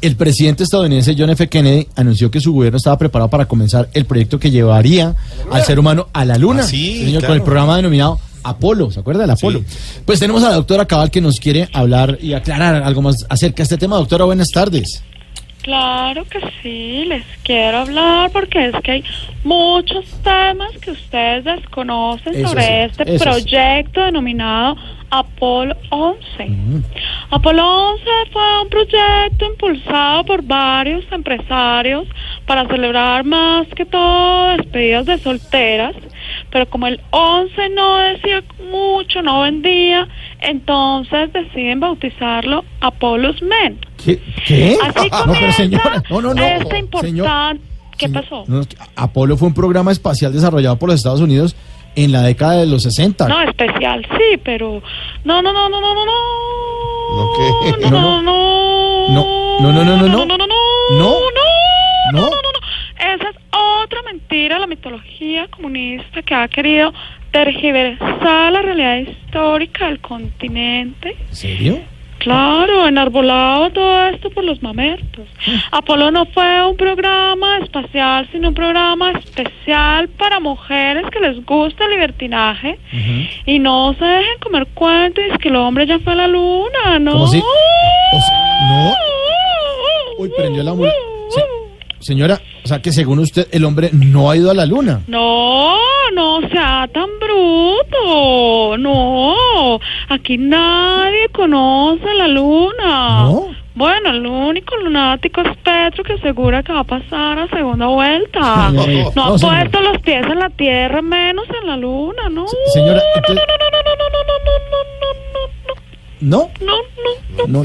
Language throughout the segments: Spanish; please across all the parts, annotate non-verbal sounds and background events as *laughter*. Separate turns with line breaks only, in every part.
el presidente estadounidense John F. Kennedy anunció que su gobierno estaba preparado para comenzar el proyecto que llevaría al ser humano a la luna,
Ah, sí,
señor,
claro.
con el programa denominado Apolo, ¿se acuerda del Apolo? Pues tenemos a la doctora Cabal que nos quiere hablar y aclarar algo más acerca de este tema. Doctora, buenas tardes.
Claro que sí, les quiero hablar porque es que hay muchos temas que ustedes desconocen
Eso
sobre
sí,
este
eso sí.
proyecto denominado Apolo 11.
Mm,
Apolo 11 fue un proyecto impulsado por varios empresarios para celebrar más que todo despedidas de solteras, pero como el 11 no decía mucho, no vendía, entonces deciden bautizarlo Apolo's Men.
¿Qué? ¿Qué?
Así
¿Eh? *laughs* Ah, no,
comienza
pero señora, no, no, no.
este
señor.
importante... ¿Qué
Señor,
pasó?
no, es que Apolo fue un programa espacial desarrollado por los Estados Unidos en la década de los 60.
No, especial, sí, pero... No, no, no, no, no, no, no.
¿No qué?
No, no, no,
No, no, no, no, no, no.
No, no, no, no.
No.
No,
No.
no, no, no, no. Esa es otra mentira, la mitología comunista que ha querido tergiversar la realidad histórica del continente.
¿En serio?
Claro, enarbolado todo esto por los mamertos.
Ah.
Apolo no fue un programa espacial, sino un programa especial para mujeres que les gusta el libertinaje y no se dejen comer cuentos y es que el hombre ya fue a la luna, ¿no? Uh,
¿Cómo así? O sea, no. Uy, prendió la mul- se- Señora, o sea que según usted el hombre no ha ido a la luna.
No, no sea tan bruto. No, aquí nadie conoce la luna.
¿No?
Bueno, el único lunático es Petro que asegura que va a pasar a segunda vuelta.
Ay, ay, ay.
*laughs* No pues,
No,
ha
señora.
puesto los pies en la tierra, menos en la luna, ¿no?
Se- señora,
no, no,
entonces-
no, no, no, no, no, no,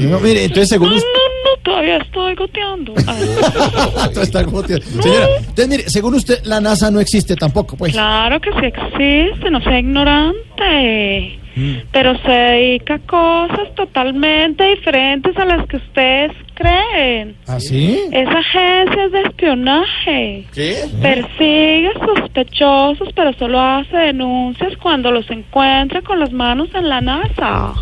No, no,
no, no, no, no, no, no, no, no, no,
no, no, mire, entonces según
no, *laughs*
usted...
no, todavía estoy goteando. Ay.
*laughs* Todo está goteando. Señora, entonces mire, según usted la NASA no existe tampoco, pues.
Claro que sí existe, no sea ignorante.
Mm.
Pero se dedica a cosas totalmente diferentes a las que ustedes creen.
¿Ah, sí?
Esa agencia es de
¿Eh?
espionaje.
¿Qué?
Persigue sospechosos, pero solo hace denuncias cuando los encuentra con las manos en la NASA.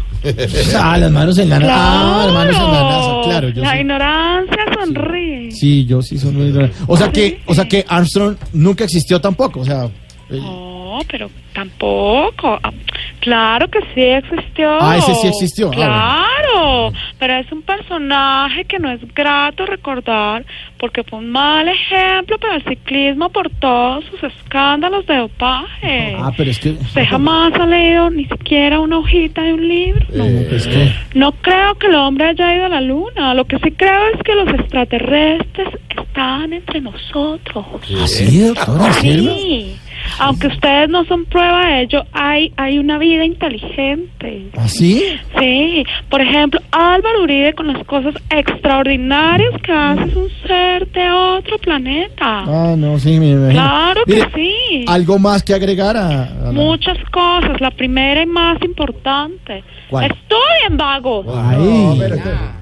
Ah, las manos en la NASA. Ah, las manos en la NASA, claro. Yo
La
sí.
ignorancia sonríe.
Sí, yo sí soy muy ignorante. O sea que, o sea que Armstrong nunca existió tampoco, o sea. eh,
No, pero tampoco. Ah, Claro que sí existió.
Ah, ese sí existió. Ah,
Claro, pero es un personaje que no es grato recordar porque fue un mal ejemplo para el ciclismo por todos sus escándalos de dopaje.
Ah, pero es que.
Usted jamás ha leído ni siquiera una hojita de un libro.
No, pues que.
No creo que el hombre haya ido a la luna. Lo que sí creo es que los extraterrestres están entre nosotros.
¿Así, doctora? ¿En serio?
Sí. Aunque ustedes no son prueba de ello, hay, hay una vida inteligente.
¿Así?
Sí. Por ejemplo, Álvaro Uribe con las cosas extraordinarias que hace es un ser de otro planeta.
Ah, no, sí, me imagino.
Claro que
Mire,
sí.
¿Algo más que agregar a.? a la-
Muchas cosas. La primera y más importante.
¿Cuál?
Estudien, vagos.
Ay.